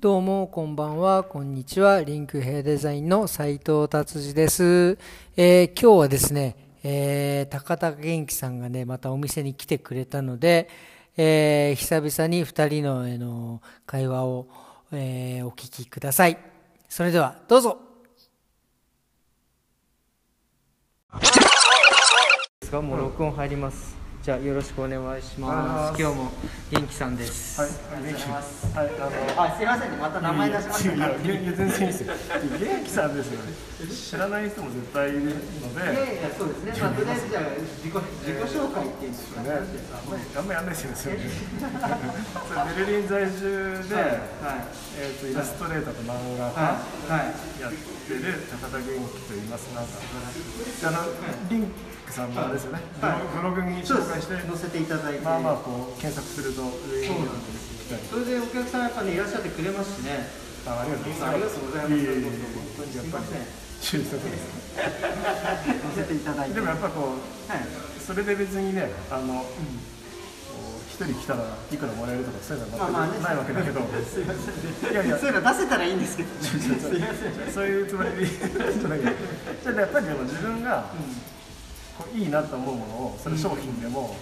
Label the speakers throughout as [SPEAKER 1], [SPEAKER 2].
[SPEAKER 1] どうも、こんばんは、こんにちは。リンクヘイデザインの斉藤達治です。えー今日はですね、えー高田元気さんがね、またお店に来てくれたので、えー久々に2人の、えーの会話を、えーお聞きください。それでは、どうぞですがもう録音入ります。じゃあよろしくお願いします。今日も元気さんです。はい、あすいませんね、また名前出しました。
[SPEAKER 2] いや、いやいや全然いいですよ。元気さんですよね。知らない人も絶対いるの
[SPEAKER 1] い
[SPEAKER 2] で、
[SPEAKER 1] やいやそうですね。まあとりあえずじゃあ自己自己紹介っていうんですかね。
[SPEAKER 2] あんまりやんないですよね。それベルリン在住で、
[SPEAKER 1] はい
[SPEAKER 2] えっ、とイラストレーターと漫画家
[SPEAKER 1] はいはい。
[SPEAKER 2] やってる高田元気と言います。なんか、あのリンクさんのあれですよね。ブログに
[SPEAKER 1] そう
[SPEAKER 2] 紹
[SPEAKER 1] で
[SPEAKER 2] 介し
[SPEAKER 1] す
[SPEAKER 2] て
[SPEAKER 1] ね。、載せていただいて。
[SPEAKER 2] まあまあこう検索すると上に出てきたり。
[SPEAKER 1] それでお客さんやっぱねいらっしゃってくれますしね。
[SPEAKER 2] あありがとうござ
[SPEAKER 1] あ
[SPEAKER 2] い
[SPEAKER 1] りが
[SPEAKER 2] ま
[SPEAKER 1] と
[SPEAKER 2] す。
[SPEAKER 1] うございます。
[SPEAKER 2] いえいえいえ
[SPEAKER 1] 本当にすみません。
[SPEAKER 2] 中卒です。
[SPEAKER 1] 載せていただいて。
[SPEAKER 2] でも
[SPEAKER 1] はい。
[SPEAKER 2] やっぱこう。それで別にねあの、こう一人来たらいくらもらえるとかそういうのは
[SPEAKER 1] まあまあ
[SPEAKER 2] 全
[SPEAKER 1] ね
[SPEAKER 2] くないわけだけど、
[SPEAKER 1] すみません。
[SPEAKER 2] いやいや
[SPEAKER 1] そういうの出せたらいいんですけど。すみません。
[SPEAKER 2] そういうつもりでじゃないけどじゃあやっぱりでも自分が、こういいなと思うものをそれ商品でも、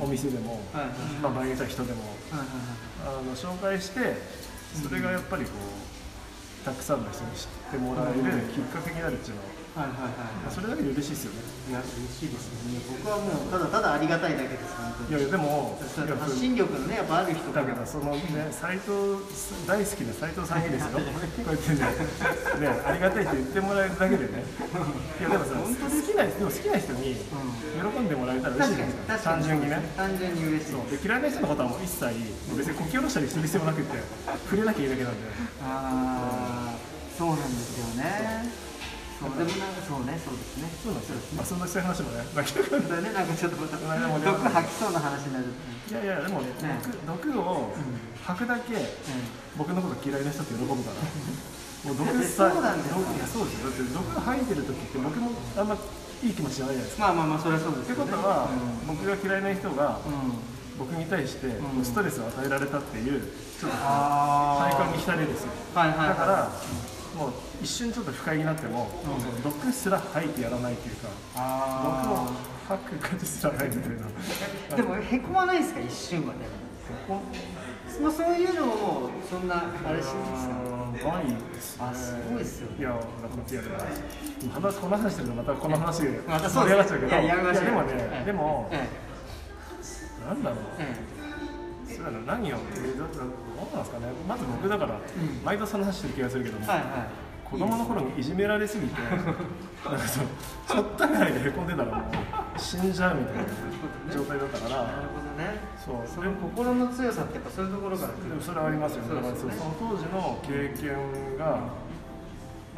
[SPEAKER 1] うん
[SPEAKER 2] お店でも、
[SPEAKER 1] はいはい
[SPEAKER 2] まあ、場合によっては人でも
[SPEAKER 1] はい
[SPEAKER 2] あの紹介してそれがやっぱりこうたくさんの人に知ってもらえるきっかけになるっていうのは、
[SPEAKER 1] はいはい。
[SPEAKER 2] まあそれだけで嬉しいですよね。
[SPEAKER 1] いや嬉しいですね。僕はもうただただありがたいだけです本当に。
[SPEAKER 2] いやいやでもいや
[SPEAKER 1] 発信力のねやっぱある人
[SPEAKER 2] だけどそのね斉藤大好きな斉藤さんにですよこうやってねねありがたいって言ってもらえるだけでねいやでもさ好きな人でも好きな人に喜んでもらえたら嬉しい
[SPEAKER 1] 確
[SPEAKER 2] じ
[SPEAKER 1] か
[SPEAKER 2] ゃな
[SPEAKER 1] に
[SPEAKER 2] い
[SPEAKER 1] 確かに
[SPEAKER 2] ですか単純にね
[SPEAKER 1] 単純に嬉しい
[SPEAKER 2] そうで嫌いな人のことはもう一切別にこき下ろしたりする必要もなくて触れなきゃいいだけなんで
[SPEAKER 1] ああそうなんですよねそうでもなんかそうねそうですね
[SPEAKER 2] そうなんですよまあそんなそういう話もねなかなか
[SPEAKER 1] それねなんかちょっとまた
[SPEAKER 2] 前もね
[SPEAKER 1] 毒吐きそうな話になる
[SPEAKER 2] いやいやでも
[SPEAKER 1] ね
[SPEAKER 2] ね毒毒を吐くだけ僕のこと嫌いな人って喜ぶ から。もう毒さ、
[SPEAKER 1] そうなんですか
[SPEAKER 2] 毒いやそうですよ。だって毒吐いてる時って僕もあんまいい気持ちじゃないじゃないですか。
[SPEAKER 1] まあまあまあそれはそうで
[SPEAKER 2] っ
[SPEAKER 1] すよ
[SPEAKER 2] てこ
[SPEAKER 1] ね
[SPEAKER 2] とは、僕が嫌いな人が
[SPEAKER 1] うんうん
[SPEAKER 2] 僕に対してストレスを与えられたっていうちょっと
[SPEAKER 1] あ
[SPEAKER 2] 快感に浸れるんですよ。
[SPEAKER 1] あはいは
[SPEAKER 2] だ
[SPEAKER 1] い
[SPEAKER 2] か
[SPEAKER 1] はい
[SPEAKER 2] らもう一瞬ちょっと不快になっても、毒すら吐いてやらないっていうか、毒を
[SPEAKER 1] あ
[SPEAKER 2] 吐く感じすらないみたいな。
[SPEAKER 1] あでもへこまないですか一瞬はね
[SPEAKER 2] ここ
[SPEAKER 1] まあそういうのももうそんなあれしないですか
[SPEAKER 2] 怖いですね
[SPEAKER 1] あすごいっすよね
[SPEAKER 2] いや、なんかいやでも話この話してるとまたこの話で
[SPEAKER 1] また
[SPEAKER 2] 盛り上がっちゃうけ
[SPEAKER 1] い
[SPEAKER 2] ど、
[SPEAKER 1] ややめましょう
[SPEAKER 2] いやでも
[SPEAKER 1] え
[SPEAKER 2] ね、
[SPEAKER 1] え
[SPEAKER 2] でも、
[SPEAKER 1] え
[SPEAKER 2] なんだろう、
[SPEAKER 1] ええ
[SPEAKER 2] そうだな何を、えーどどうなんですかね、まず僕だから、毎度その話してる気がするけど
[SPEAKER 1] え
[SPEAKER 2] も、
[SPEAKER 1] はいは
[SPEAKER 2] 子供の頃にいじめられすぎて、なんかそうちょっとぐらいでへこんでたらもう死んじゃうみたいな状態だったか
[SPEAKER 1] いなる
[SPEAKER 2] ら、
[SPEAKER 1] ほどね
[SPEAKER 2] そう、
[SPEAKER 1] その心の強さってやっぱそういうところから来
[SPEAKER 2] で
[SPEAKER 1] る
[SPEAKER 2] もそれはありますよね。
[SPEAKER 1] そう
[SPEAKER 2] だ
[SPEAKER 1] で
[SPEAKER 2] から
[SPEAKER 1] す
[SPEAKER 2] そ
[SPEAKER 1] よ
[SPEAKER 2] の
[SPEAKER 1] ね
[SPEAKER 2] 当時の経験が、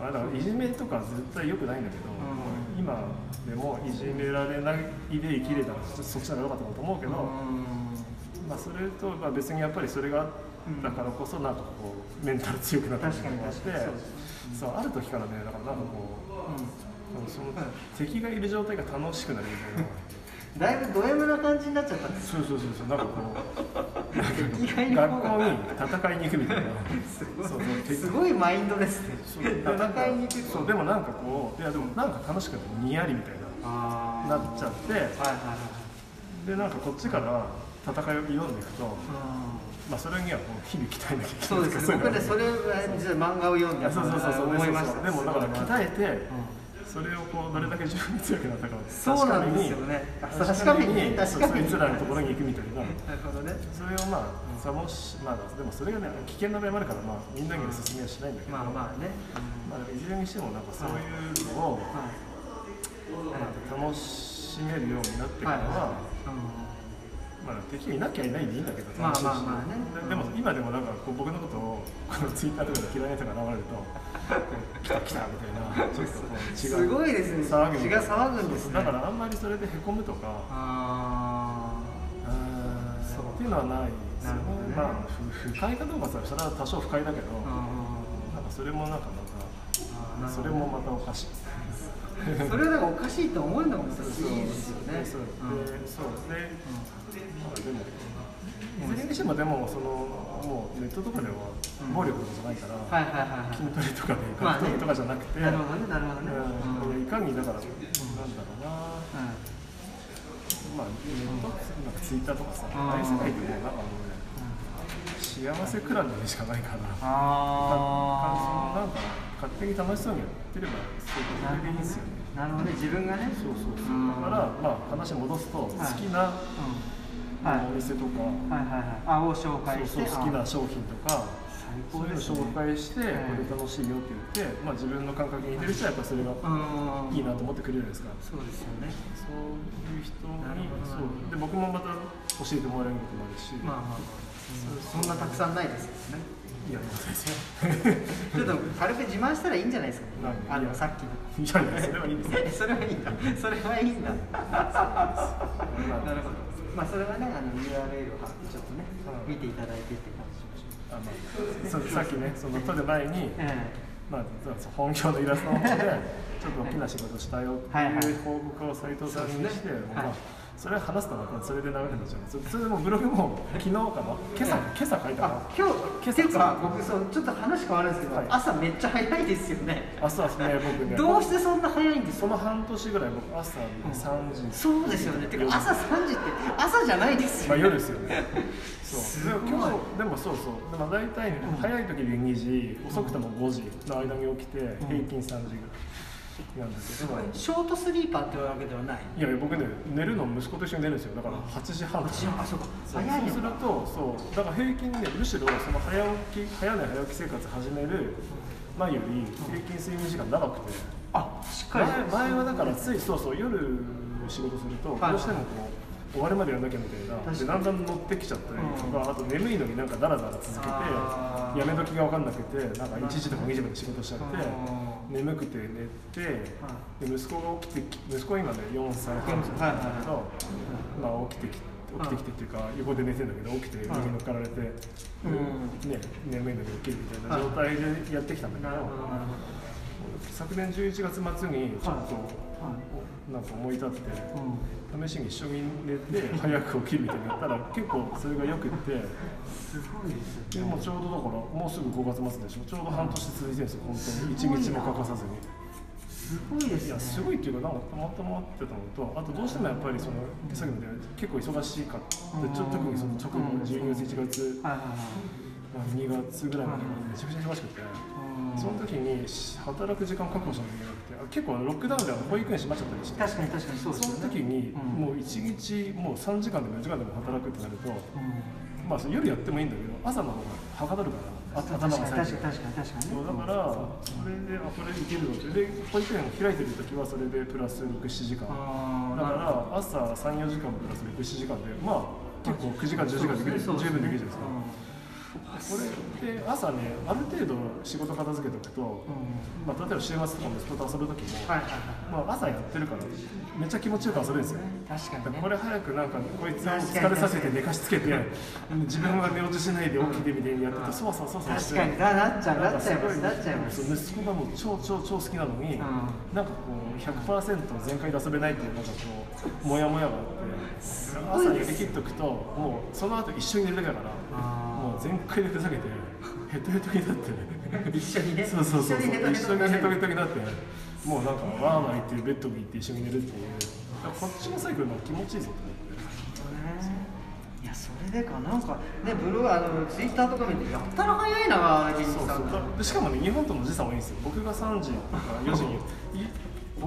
[SPEAKER 2] あれだからいじめとか絶対良くないんだけど、
[SPEAKER 1] う
[SPEAKER 2] 今でもいじめられないで生きれたらそっちの方が良かったなと思うけど、
[SPEAKER 1] うん
[SPEAKER 2] まあそれとまあ別にやっぱりそれがあったからこそなんかこうメンタル強くなったりとか
[SPEAKER 1] 確かに
[SPEAKER 2] し
[SPEAKER 1] 確
[SPEAKER 2] て
[SPEAKER 1] かにそうで、
[SPEAKER 2] そうある時からねだからなんかこう、その敵がいる状態が楽しくなるみたいな。
[SPEAKER 1] だいぶド M な感じになっちゃったんです
[SPEAKER 2] そうそうそうそうなんかこう
[SPEAKER 1] 意外に
[SPEAKER 2] 学校に戦いに行くみたいな。 そうそう敵
[SPEAKER 1] すごいマインドですね
[SPEAKER 2] そうでなんかそうでもなんかこういやでもなんか楽しくてにやりみたい
[SPEAKER 1] あ
[SPEAKER 2] ななっちゃって
[SPEAKER 1] あはいはい
[SPEAKER 2] でなんかこっちから戦いを挑んでいくと、
[SPEAKER 1] はい
[SPEAKER 2] まあ、それにはもう日々鍛えなきゃいけ
[SPEAKER 1] そう
[SPEAKER 2] ない
[SPEAKER 1] ですね僕ねそれは実は漫画を読ん
[SPEAKER 2] い
[SPEAKER 1] で
[SPEAKER 2] やそうそうそうそう
[SPEAKER 1] 思いました
[SPEAKER 2] でもだから
[SPEAKER 1] え
[SPEAKER 2] 鍛えて、それをこうどれだけ自分に強くなったかを
[SPEAKER 1] そうなんですよね
[SPEAKER 2] 確かめに
[SPEAKER 1] 確かめに
[SPEAKER 2] そう
[SPEAKER 1] 確かめに
[SPEAKER 2] そいつらのところに行くみたい
[SPEAKER 1] な
[SPEAKER 2] な
[SPEAKER 1] るほどね
[SPEAKER 2] それをまあ、さもしまあでもそれがね危険な場合もあるからまあみんなには勧めはしないんだけど、
[SPEAKER 1] まあまあね
[SPEAKER 2] まあ、いずれにしてもなんかそういうのを、
[SPEAKER 1] はい
[SPEAKER 2] まあ、楽しめるようになってからは、まあ、敵いなきゃいないでいいんだけど
[SPEAKER 1] まあ
[SPEAKER 2] 楽しいし
[SPEAKER 1] まあまあね
[SPEAKER 2] ででも今でもなんかこう僕のことをこのツイッターとかで嫌いな人が現れると こう「来た来た」みたいなちょっとこう血が
[SPEAKER 1] すごいですね
[SPEAKER 2] 騒ぐ
[SPEAKER 1] 血が騒ぐんですね
[SPEAKER 2] だからあんまりそれでへこむとか
[SPEAKER 1] あ
[SPEAKER 2] うん
[SPEAKER 1] そう
[SPEAKER 2] っていうのはないです
[SPEAKER 1] な
[SPEAKER 2] よね
[SPEAKER 1] るほどね
[SPEAKER 2] まあ不不快かどうかさそれは多少不快だけど、
[SPEAKER 1] ー
[SPEAKER 2] なん
[SPEAKER 1] あ
[SPEAKER 2] かそれもなんか
[SPEAKER 1] ー
[SPEAKER 2] また
[SPEAKER 1] なるほ
[SPEAKER 2] そ
[SPEAKER 1] ど
[SPEAKER 2] れも またおかしい
[SPEAKER 1] それはなんかおかしいと思うんだもんねいいですよね
[SPEAKER 2] そうでそうで、まあでもいずれにしてもでもそのもうネットとかでは暴力じゃないから、
[SPEAKER 3] はいはいはいはい
[SPEAKER 2] 筋トレとかで
[SPEAKER 3] まあ
[SPEAKER 2] 格
[SPEAKER 3] ね
[SPEAKER 2] 闘技とかじゃなくて、
[SPEAKER 3] なるほどねなるほどね、うん
[SPEAKER 2] うんいかにだから、なんだろうな、
[SPEAKER 3] う
[SPEAKER 2] まあ、ネットなんかツイッターとかさ、
[SPEAKER 3] ん
[SPEAKER 2] ああいう世界ってもうなんかもうね、幸せクラブでしかないから、
[SPEAKER 3] ん、
[SPEAKER 2] なんか
[SPEAKER 3] あ
[SPEAKER 2] なんか勝手に楽しそうにやってれば、そういう
[SPEAKER 3] あ
[SPEAKER 2] ことでいいんですよね。
[SPEAKER 3] なるほどね自分がね
[SPEAKER 2] そうそうそう
[SPEAKER 3] うん
[SPEAKER 2] だから、まあ、話戻すと、好きな
[SPEAKER 3] うんはい
[SPEAKER 2] お店とか、
[SPEAKER 3] はいはいはいあを紹介し
[SPEAKER 2] そう
[SPEAKER 3] て
[SPEAKER 2] そう好き
[SPEAKER 3] あ
[SPEAKER 2] な商品とか、
[SPEAKER 3] 最
[SPEAKER 2] そう
[SPEAKER 3] 高
[SPEAKER 2] いうの
[SPEAKER 3] です
[SPEAKER 2] 紹介して、
[SPEAKER 3] ね
[SPEAKER 2] これ
[SPEAKER 3] ええ
[SPEAKER 2] 楽しいよって言って、まあ、自分の感覚に似てる人はやっぱそれが
[SPEAKER 3] うん
[SPEAKER 2] いいなと思ってくれるじゃないですか。
[SPEAKER 3] そうですよね
[SPEAKER 2] そういう人
[SPEAKER 3] な
[SPEAKER 2] に
[SPEAKER 3] るほど
[SPEAKER 2] そうで僕もまた教えてもらえることもあるし、
[SPEAKER 3] まあまあまあそそんなたくさんないですよね
[SPEAKER 2] いやいや先
[SPEAKER 3] ちょっと軽く自慢したらいいんじゃないですか
[SPEAKER 2] 何
[SPEAKER 3] あのさっきの
[SPEAKER 2] 生いやいやそれはいいですよ
[SPEAKER 3] えそれはいいんだそれはいいんだ なるほどまあそれはねあの URL を貼ってちょっとね
[SPEAKER 2] うん
[SPEAKER 3] 見ていただいてって感じしましょう
[SPEAKER 2] あまあそうさっきねその撮る前に、
[SPEAKER 3] え
[SPEAKER 2] まあ、実はその本業のイラスト の方でちょっと大きな仕事したよって
[SPEAKER 3] はいはい
[SPEAKER 2] いう報告を斉藤さんにして、
[SPEAKER 3] そうですね
[SPEAKER 2] まあ
[SPEAKER 3] はい
[SPEAKER 2] それは話すとまたそれで流れになっちゃうそれそれでもブログも昨日かな今朝今朝書いたか
[SPEAKER 3] あ今日
[SPEAKER 2] 今朝
[SPEAKER 3] っていうか僕そうちょっと話変わるんですけど、
[SPEAKER 2] はい
[SPEAKER 3] 朝めっちゃ早いですよね
[SPEAKER 2] な朝ですね僕ね
[SPEAKER 3] どうしてそんな早いんです
[SPEAKER 2] そ
[SPEAKER 3] か
[SPEAKER 2] の半年ぐらい僕朝3時、
[SPEAKER 3] そうですよねてか朝3時って朝じゃないです
[SPEAKER 2] ま
[SPEAKER 3] よ
[SPEAKER 2] あ
[SPEAKER 3] ね、
[SPEAKER 2] 夜ですよ ね。そう。
[SPEAKER 3] すごい
[SPEAKER 2] でも今日でもそうそう。でも大体ね早い時で2時、遅くても5時の間に起きて平均3時ぐらいなんだけど、
[SPEAKER 3] ショートスリーパーってわけではない
[SPEAKER 2] いやいや僕ね寝るの息子と一緒に寝るんですよ。だから8時半とか。
[SPEAKER 3] 私あそうか
[SPEAKER 2] そう
[SPEAKER 3] 早
[SPEAKER 2] そ
[SPEAKER 3] い
[SPEAKER 2] う
[SPEAKER 3] ですす
[SPEAKER 2] る
[SPEAKER 3] ね
[SPEAKER 2] とそうだから平均ねむしろその早起き早寝早起き生活始める前より平均睡眠時間長くて。
[SPEAKER 3] あしっか
[SPEAKER 2] 前
[SPEAKER 3] り
[SPEAKER 2] 前はだからついそうそう夜仕事するとど
[SPEAKER 3] はいう
[SPEAKER 2] してもこう終わるまでやらなきゃみたいなでだんだん乗ってきちゃったりとか、あと眠いのになんかダラダラ続けて
[SPEAKER 3] あー
[SPEAKER 2] やめ時が分かんなくてなんか1時とか2時まで仕事しちゃって
[SPEAKER 3] う
[SPEAKER 2] 眠くて寝て、で息子が起きてき息子は今ね4歳半なんだけど、まあ、起きてき起きてきてっていうか横で寝てんだけど起きて上に乗っかられて、
[SPEAKER 3] うん
[SPEAKER 2] ね、眠いのに起きるみたいな状態でやってきたんだけど。
[SPEAKER 3] なるほどなるほど
[SPEAKER 2] 昨年11月末にちょっと、
[SPEAKER 3] は
[SPEAKER 2] なんか思い立って
[SPEAKER 3] うん
[SPEAKER 2] 試しに一緒に寝て早く起きるみたいになったら結構それがよくって
[SPEAKER 3] すごいですよ
[SPEAKER 2] でもうちょうどだからもうすぐ5月末でしょちょうど半年続いてるんですよ本当に1日も欠かさずに
[SPEAKER 3] すごいで
[SPEAKER 2] い
[SPEAKER 3] す
[SPEAKER 2] や
[SPEAKER 3] よね
[SPEAKER 2] すごいっていうかなんかたまたまってたのとあとどうしてもやっぱりそのさっきも言ったように結構忙しかったでちょ特にその直後12月1月、
[SPEAKER 3] はいはいはい
[SPEAKER 2] まあ、2月ぐらいまでめちゃくちゃ忙しくて。
[SPEAKER 3] うん
[SPEAKER 2] その時に働く時間確保しなきゃいけなくて結構ロックダウンでは保育園閉まっちゃったりして
[SPEAKER 3] 確かに確かにそうです
[SPEAKER 2] そ
[SPEAKER 3] よ
[SPEAKER 2] の
[SPEAKER 3] ね
[SPEAKER 2] 時に
[SPEAKER 3] う
[SPEAKER 2] もう
[SPEAKER 3] ん
[SPEAKER 2] 1日もう3時間でも4時間でも働くってなると、まあ、それ夜やってもいいんだけど朝の方がはかどるからあ
[SPEAKER 3] 確か
[SPEAKER 2] 頭
[SPEAKER 3] に
[SPEAKER 2] が
[SPEAKER 3] 確か
[SPEAKER 2] 冴え
[SPEAKER 3] に
[SPEAKER 2] て
[SPEAKER 3] 確かに確かに
[SPEAKER 2] そうだからそれであこれいけるぞってで保育園を開いてる時はそれでプラス67時間だか
[SPEAKER 3] あ
[SPEAKER 2] ら
[SPEAKER 3] ーなるほ
[SPEAKER 2] 朝34時間プラス67時間でまあ結構9時間10時間できる十
[SPEAKER 3] そうですね
[SPEAKER 2] 分できるじゃないです
[SPEAKER 3] ど
[SPEAKER 2] か。
[SPEAKER 3] うん
[SPEAKER 2] これって朝ねある程度仕事片付けておくと、まあ、例えば週末とか息子と遊ぶ時も、
[SPEAKER 3] はいはいは
[SPEAKER 2] まあ、朝やってるからめっちゃ気持ちよく遊べるんですよ
[SPEAKER 3] い確か
[SPEAKER 2] だか
[SPEAKER 3] にね
[SPEAKER 2] らこれ早くなんかこいつを疲れさせて寝かしつけて自分は寝落ちしないで起きてみてやってたそわそわそわそわし
[SPEAKER 3] 確
[SPEAKER 2] て
[SPEAKER 3] かにななっちゃう
[SPEAKER 2] な
[SPEAKER 3] なん
[SPEAKER 2] か
[SPEAKER 3] っちゃ
[SPEAKER 2] す
[SPEAKER 3] い
[SPEAKER 2] ご
[SPEAKER 3] ま
[SPEAKER 2] い
[SPEAKER 3] すなっちゃいます
[SPEAKER 2] そう息子がもう超超超好きなのに、
[SPEAKER 3] ん
[SPEAKER 2] なんかこう100%全開で遊べないっていうなんかこうモヤモヤがあって朝やりきっておくともうその後一緒に寝るだけだから
[SPEAKER 3] あ
[SPEAKER 2] もう全開でふざけてヘトヘトになって
[SPEAKER 3] ー一緒にね
[SPEAKER 2] そうそうそうそう
[SPEAKER 3] 一緒
[SPEAKER 2] 一
[SPEAKER 3] にね
[SPEAKER 2] 緒にヘトヘトになってもうなんかワーワー言ってベッドに行って一緒に寝るっていうだからこっちのサイクルの方が気持ちいいぞと思って。
[SPEAKER 3] いやそれでかなんかねブログあのツイッターとか見てやったら早いな銀
[SPEAKER 2] そう
[SPEAKER 3] さ
[SPEAKER 2] そ
[SPEAKER 3] んが
[SPEAKER 2] うでしかもね日本との時差もいいんですよ僕が3時とか4時に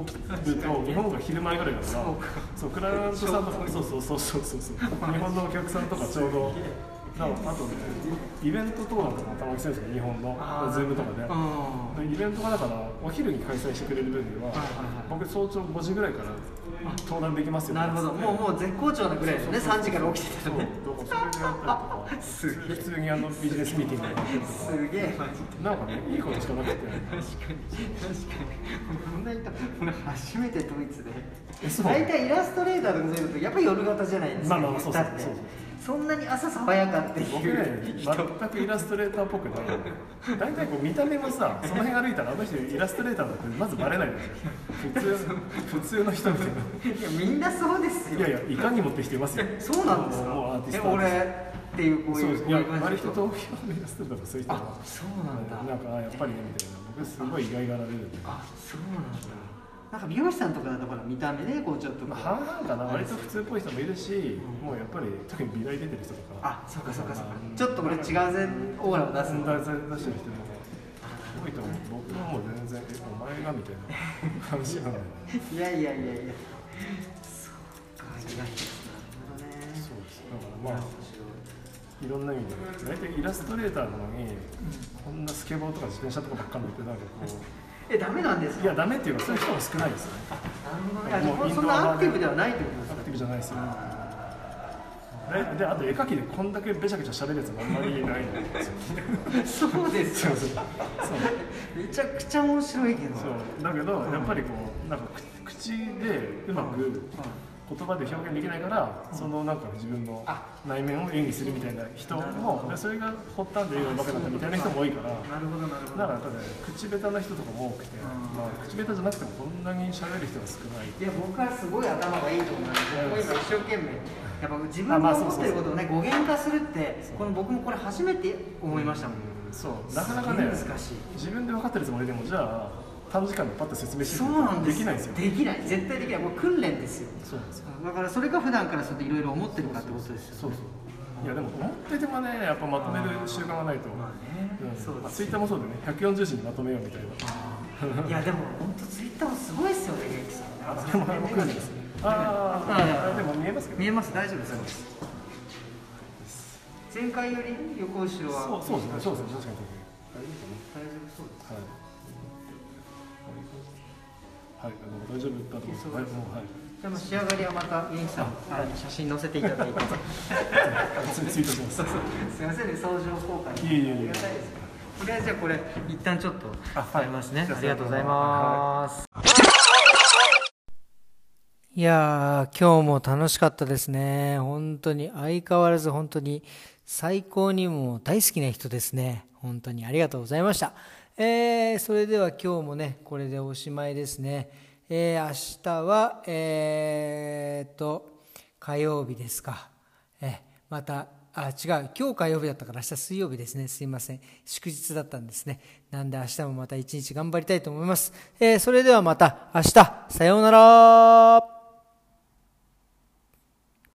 [SPEAKER 2] 起きると日本が昼前ぐらいだから
[SPEAKER 3] そうか
[SPEAKER 2] そうクライアントさんとかそうそうそうそうそうそう日本のお客さんとかちょうどだからあとねイベント等なんかもたまにするんですよ日本
[SPEAKER 3] あ
[SPEAKER 2] の
[SPEAKER 3] ー
[SPEAKER 2] ズームとかで
[SPEAKER 3] うんあ
[SPEAKER 2] でイベントがだからお昼に開催してくれる分には僕早朝5時ぐらいから登壇できますよ
[SPEAKER 3] なるほどもうもう絶好調なぐらいのね3時から起きてた
[SPEAKER 2] そうだ
[SPEAKER 3] らね
[SPEAKER 2] からそれでやったりとか
[SPEAKER 3] すげえ
[SPEAKER 2] 普通にあのビジネスミーティングとか
[SPEAKER 3] すげえマジで
[SPEAKER 2] なんかねいいことしかなくて
[SPEAKER 3] 確かに確かにこんな人俺初めてドイツで
[SPEAKER 2] えそう
[SPEAKER 3] 大体イラストレーターとか見るとやっぱり夜型じゃないですか、
[SPEAKER 2] まあまあそうそう
[SPEAKER 3] だって
[SPEAKER 2] そうそう
[SPEAKER 3] そんなに朝爽やかっていう
[SPEAKER 2] 僕ね
[SPEAKER 3] 人
[SPEAKER 2] 全くイラストレーターっぽくないよね大体こう見た目もさその辺歩いたらあの人イラストレーターだってまずバレないですよ普通普通の人みたいない
[SPEAKER 3] やみんなそうですよ
[SPEAKER 2] いやいやいかに持ってきてますよ
[SPEAKER 3] そうなんですか
[SPEAKER 2] もうアーティスト
[SPEAKER 3] え俺っていうこういう
[SPEAKER 2] そういう
[SPEAKER 3] こ
[SPEAKER 2] や
[SPEAKER 3] いう感
[SPEAKER 2] 割
[SPEAKER 3] じ
[SPEAKER 2] と
[SPEAKER 3] の
[SPEAKER 2] 東京
[SPEAKER 3] 人
[SPEAKER 2] を目指してたのそういう人
[SPEAKER 3] あ
[SPEAKER 2] は
[SPEAKER 3] そうなんだ、
[SPEAKER 2] なんかあやっぱりねみたいな僕すごい意外がられるんで
[SPEAKER 3] あそうなんだなんか美容師さんとかだとほら見た目でこうちょっと
[SPEAKER 2] ま
[SPEAKER 3] こう
[SPEAKER 2] あ半々かな
[SPEAKER 3] あ
[SPEAKER 2] 割
[SPEAKER 3] れです
[SPEAKER 2] と普通っぽい人もいるし、もうやっぱり特に美大出てる人とか
[SPEAKER 3] あそうかそうかそうかちょっと俺違うぜオーラを出すんだ
[SPEAKER 2] だ出してる人とか多いと思う僕はもう全然えお前がみたいな感じなんだよね
[SPEAKER 3] いやいやいやいやそうか意外ですなるほどね
[SPEAKER 2] そうですだからまあいろんな意味で大体イラストレーターなのに、こんなスケボーとか自転車とかばっかり乗ってなんかこう
[SPEAKER 3] えダメなんです
[SPEAKER 2] い
[SPEAKER 3] か
[SPEAKER 2] やダメっていうかそういう人も少ないですよね
[SPEAKER 3] なるほどねあじゃあ
[SPEAKER 2] もうインド
[SPEAKER 3] そんな
[SPEAKER 2] ア
[SPEAKER 3] アクティブではないってことです
[SPEAKER 2] ア
[SPEAKER 3] か
[SPEAKER 2] クティブじゃないですよでであと絵描きでこんだけべちゃくちゃ喋るやつあんまりいないんですよ
[SPEAKER 3] そうです
[SPEAKER 2] そう
[SPEAKER 3] よ
[SPEAKER 2] そうそう
[SPEAKER 3] めちゃくちゃ面白いけど
[SPEAKER 2] そうだけどやっぱりこうなんかく口でうまく言葉で表現できないからそのなんか自分の内面を演技するみたいな人もでそれが発端で映画ばかだったみたいな人も多いから
[SPEAKER 3] なるほどなるほ
[SPEAKER 2] だか
[SPEAKER 3] ど
[SPEAKER 2] ら多分口下手な人とかも多くて、まあ、口下手じゃなくてもこんなに喋る人は少ない
[SPEAKER 3] いや僕はすごい頭がいいと思うんですよ、僕今一生懸命、やっぱ自
[SPEAKER 2] あ
[SPEAKER 3] 分
[SPEAKER 2] まあ
[SPEAKER 3] の
[SPEAKER 2] そう
[SPEAKER 3] 思っ
[SPEAKER 2] そう
[SPEAKER 3] てることをね、語源化するって、この僕もこれ初めて思いましたもん、
[SPEAKER 2] そうなかなかね
[SPEAKER 3] すげえ難しい
[SPEAKER 2] 自分で分かってるつもりでもじゃあ短時間でパッと説明し
[SPEAKER 3] そ
[SPEAKER 2] よ
[SPEAKER 3] うなんです
[SPEAKER 2] できないんですよ
[SPEAKER 3] できない、絶対できない、もう訓練ですよ、
[SPEAKER 2] そうなんですよ
[SPEAKER 3] だからそれが普段からちょっといろいろ思ってるかってことですよ、
[SPEAKER 2] そうそういやでも思っててもねやっぱまとめる習慣がないと、
[SPEAKER 3] まあね、そう
[SPEAKER 2] うんまあ、
[SPEAKER 3] です
[SPEAKER 2] ツイッターもそうでね140字にまとめようみたいな
[SPEAKER 3] ね、いや、でも本当、ツイッターもすごいですよね、元気さん。
[SPEAKER 2] あそれもあれも訓練ですねあーあ
[SPEAKER 3] うん
[SPEAKER 2] ーでも見えますけど
[SPEAKER 3] 見えます、大丈夫です。前回より横後ろは
[SPEAKER 2] そうそうですねそうですね確かに
[SPEAKER 3] 大丈夫そうです。
[SPEAKER 2] 確かにはいはいあの大丈夫だと思いますはいもうはい
[SPEAKER 3] でも仕上がりはまた元気さん、あの写真載せていただ いて。
[SPEAKER 2] あツイツイートします
[SPEAKER 3] すみませんね、相乗効果
[SPEAKER 2] いえいえいえ
[SPEAKER 3] ありがたいですねとりあえずじゃあこれ一旦ちょっと買いますね。
[SPEAKER 2] はい
[SPEAKER 3] ありがとうございます。
[SPEAKER 1] いやー、今日も楽しかったですね。本当に、相変わらず本当に、最高にもう大好きな人ですね。本当にありがとうございました。えー、それでは今日もね、これでおしまいですね。えー、明日は、えーっと、火曜日ですか。えーまた、あ、違う。今日火曜日だったから明日水曜日ですね。すいません。祝日だったんですね。なんで明日もまた一日頑張りたいと思います。えーそれではまた明日、さようなら